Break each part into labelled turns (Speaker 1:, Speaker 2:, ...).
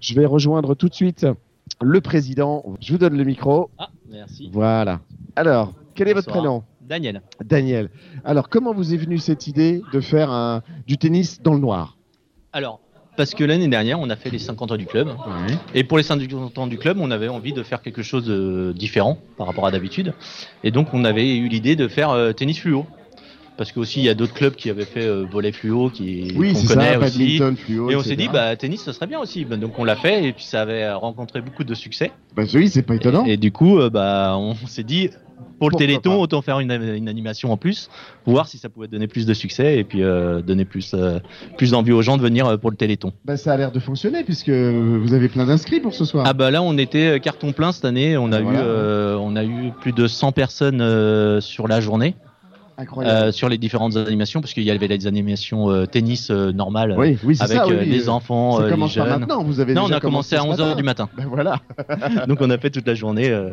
Speaker 1: Je vais rejoindre tout de suite le président. Je vous donne le micro.
Speaker 2: Ah, merci.
Speaker 1: Voilà. Alors, quel est votre
Speaker 2: Bonsoir.
Speaker 1: prénom
Speaker 2: Daniel.
Speaker 1: Daniel. Alors, comment vous est venue cette idée de faire un- du tennis dans le noir
Speaker 2: Alors, parce que l'année dernière, on a fait les 50 ans du club. Et pour les 50 ans du club, on avait envie de faire quelque chose de différent par rapport à d'habitude. Et donc, on avait eu l'idée de faire euh, tennis fluo. Parce que aussi, il y a d'autres clubs qui avaient fait euh, volet fluo, qui
Speaker 1: Oui,
Speaker 2: qu'on
Speaker 1: c'est
Speaker 2: connaît
Speaker 1: ça,
Speaker 2: aussi.
Speaker 1: badminton, fluo.
Speaker 2: Et on s'est
Speaker 1: etc.
Speaker 2: dit, bah, tennis, ce serait bien aussi. Ben, donc, on l'a fait, et puis ça avait rencontré beaucoup de succès.
Speaker 1: Bah, oui, c'est pas étonnant.
Speaker 2: Et, et du coup, euh, bah, on s'est dit, pour le
Speaker 1: Pourquoi
Speaker 2: Téléthon,
Speaker 1: pas
Speaker 2: autant faire une, une animation en plus, voir si ça pouvait donner plus de succès et puis euh, donner plus, euh, plus d'envie aux gens de venir euh, pour le Téléthon.
Speaker 1: Bah, ça a l'air de fonctionner puisque vous avez plein d'inscrits pour ce soir.
Speaker 2: Ah bah là, on était euh, carton plein cette année. On a,
Speaker 1: Voilà.
Speaker 2: eu, euh, on a eu plus de 100 personnes euh, sur la journée,
Speaker 1: Incroyable.
Speaker 2: euh, sur les différentes animations, parce qu'il y avait les animations euh, tennis euh, normales,
Speaker 1: oui, oui, c'est
Speaker 2: avec
Speaker 1: ça. oui,
Speaker 2: euh,
Speaker 1: oui.
Speaker 2: les enfants,
Speaker 1: Ça
Speaker 2: euh, les
Speaker 1: commence pas
Speaker 2: jeunes.
Speaker 1: maintenant. Vous avez
Speaker 2: Non, on
Speaker 1: déjà
Speaker 2: a commencé à 11h du matin.
Speaker 1: Ben voilà.
Speaker 2: Donc on a fait toute la journée euh,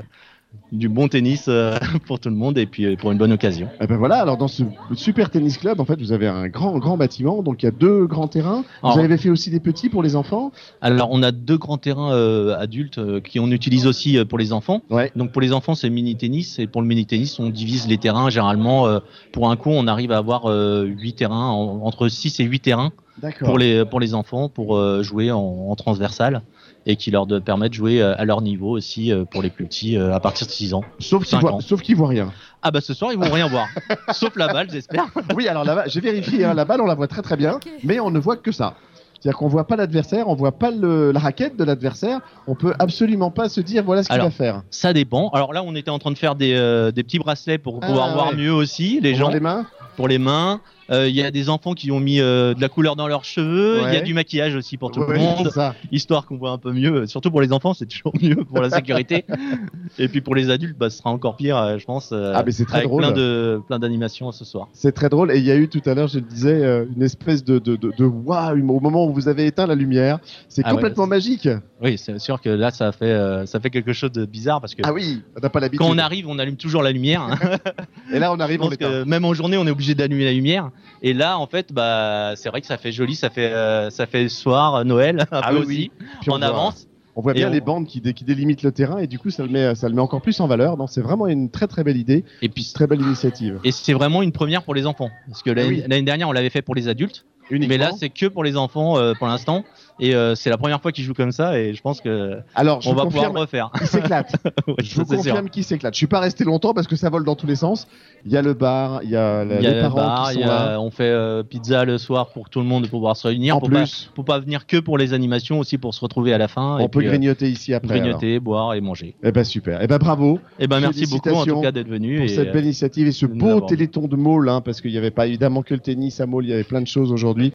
Speaker 2: du bon tennis euh, pour tout le monde et puis euh, pour une bonne occasion.
Speaker 1: Eh ben voilà. Alors dans ce super tennis club, en fait, vous avez un grand grand bâtiment. Donc il y a deux grands terrains.
Speaker 2: Alors-
Speaker 1: Vous avez fait aussi des petits pour les enfants.
Speaker 2: Alors, on a deux grands terrains euh, adultes euh, qui on utilise aussi euh, pour les enfants.
Speaker 1: Ouais.
Speaker 2: Donc pour les enfants, c'est mini tennis et pour le mini tennis, on divise les terrains généralement euh, pour un coup, on arrive à avoir euh, huit terrains en- entre 6 et 8 terrains
Speaker 1: D'accord.
Speaker 2: pour les pour les enfants pour euh, jouer en, en transversal et qui leur de- permettent de jouer euh, à leur niveau aussi euh, pour les plus petits euh, à partir de 6 ans.
Speaker 1: Sauf qu'ils
Speaker 2: cinq
Speaker 1: voient,
Speaker 2: ans.
Speaker 1: sauf qu'ils voient rien.
Speaker 2: Ah bah ce soir, ils vont rien voir sauf la balle, j'espère.
Speaker 1: Oui, alors là, j'ai vérifié. hein, la balle, on la voit très très bien,
Speaker 3: Ok.
Speaker 1: mais on ne voit que ça. C'est-à-dire qu'on voit pas l'adversaire, on voit pas le- la raquette de l'adversaire. On peut absolument pas se dire voilà ce qu'il
Speaker 2: Alors,
Speaker 1: va faire.
Speaker 2: Ça dépend. Alors là, on était en train de faire des, euh, des petits bracelets pour
Speaker 1: Ah,
Speaker 2: pouvoir voir
Speaker 1: ouais.
Speaker 2: mieux aussi les
Speaker 1: On
Speaker 2: gens.
Speaker 1: voit les mains.
Speaker 2: pour les mains. Euh, Il y a des enfants qui ont mis euh, de la couleur dans leurs cheveux. Il y a
Speaker 1: Ouais.
Speaker 2: du maquillage aussi pour tout
Speaker 1: Ouais,
Speaker 2: le monde,
Speaker 1: c'est ça.
Speaker 2: histoire qu'on voit un peu mieux. Surtout pour les enfants, c'est toujours mieux pour la sécurité. Et puis pour les adultes, bah, ce sera encore pire, euh, je pense. euh,
Speaker 1: Ah, mais c'est très
Speaker 2: avec
Speaker 1: drôle.
Speaker 2: plein de plein d'animations ce soir.
Speaker 1: C'est très drôle. Et il y a eu tout à l'heure, je le disais, euh, une espèce de, de, de, de waouh au moment où vous avez éteint la lumière. C'est
Speaker 2: Ah ouais,
Speaker 1: complètement magique.
Speaker 2: Oui, c'est sûr que là, ça fait euh, ça fait quelque chose de bizarre parce que.
Speaker 1: Ah oui, on n'a pas l'habitude.
Speaker 2: Quand on arrive, on allume toujours la lumière. hein.
Speaker 1: Et là, on
Speaker 2: Je
Speaker 1: arrive, on
Speaker 2: pense
Speaker 1: l'éteint.
Speaker 2: que même en journée, on est obligé d'allumer la lumière. Et là, en fait, bah, c'est vrai que ça fait joli, ça fait euh, ça fait soir, euh, Noël, un
Speaker 1: Ah
Speaker 2: peu
Speaker 1: oui,
Speaker 2: aussi.
Speaker 1: Puis
Speaker 2: on
Speaker 1: voit-
Speaker 2: avance.
Speaker 1: On voit
Speaker 2: Et
Speaker 1: bien
Speaker 2: on-
Speaker 1: les bandes qui, dé- qui délimitent le terrain et du coup, ça le met, ça le met encore plus en valeur. Donc, c'est vraiment une très très belle idée,
Speaker 2: Et puis
Speaker 1: très belle initiative.
Speaker 2: Et c'est vraiment une première pour les enfants. Parce que l'année
Speaker 1: Ah oui.
Speaker 2: l'année dernière, on l'avait fait pour les adultes. Mais là, c'est que pour les enfants euh, pour l'instant. Et euh, c'est la première fois qu'ils jouent comme ça. Et je pense que
Speaker 1: alors je
Speaker 2: on
Speaker 1: vous
Speaker 2: va
Speaker 1: confirme,
Speaker 2: pouvoir refaire.
Speaker 1: il s'éclate.
Speaker 2: Ouais,
Speaker 1: je
Speaker 2: ça,
Speaker 1: vous
Speaker 2: c'est sûr.
Speaker 1: confirme qu'il s'éclate. Je suis pas resté longtemps parce que ça vole dans tous les sens. Il y a le bar, il y a, la-
Speaker 2: Il y a
Speaker 1: les
Speaker 2: le
Speaker 1: parents
Speaker 2: bar,
Speaker 1: qui
Speaker 2: il
Speaker 1: sont
Speaker 2: y a-
Speaker 1: là.
Speaker 2: on fait euh, pizza le soir pour tout le monde pouvoir se réunir.
Speaker 1: En
Speaker 2: pour
Speaker 1: plus,
Speaker 2: Pas, pour pas venir que pour les animations aussi pour se retrouver à la fin.
Speaker 1: on
Speaker 2: et
Speaker 1: peut
Speaker 2: puis, euh,
Speaker 1: grignoter ici après.
Speaker 2: grignoter, boire et manger.
Speaker 1: Et ben super. Et ben bravo.
Speaker 2: Et ben merci beaucoup en tout
Speaker 1: Félicitations
Speaker 2: cas d'être venu.
Speaker 1: pour
Speaker 2: et,
Speaker 1: cette
Speaker 2: euh,
Speaker 1: belle initiative et ce
Speaker 2: nous
Speaker 1: beau
Speaker 2: avoir-
Speaker 1: téléthon de Maule, hein, parce qu'il n'y avait pas évidemment que le tennis à Maule, il y avait plein de choses aujourd'hui.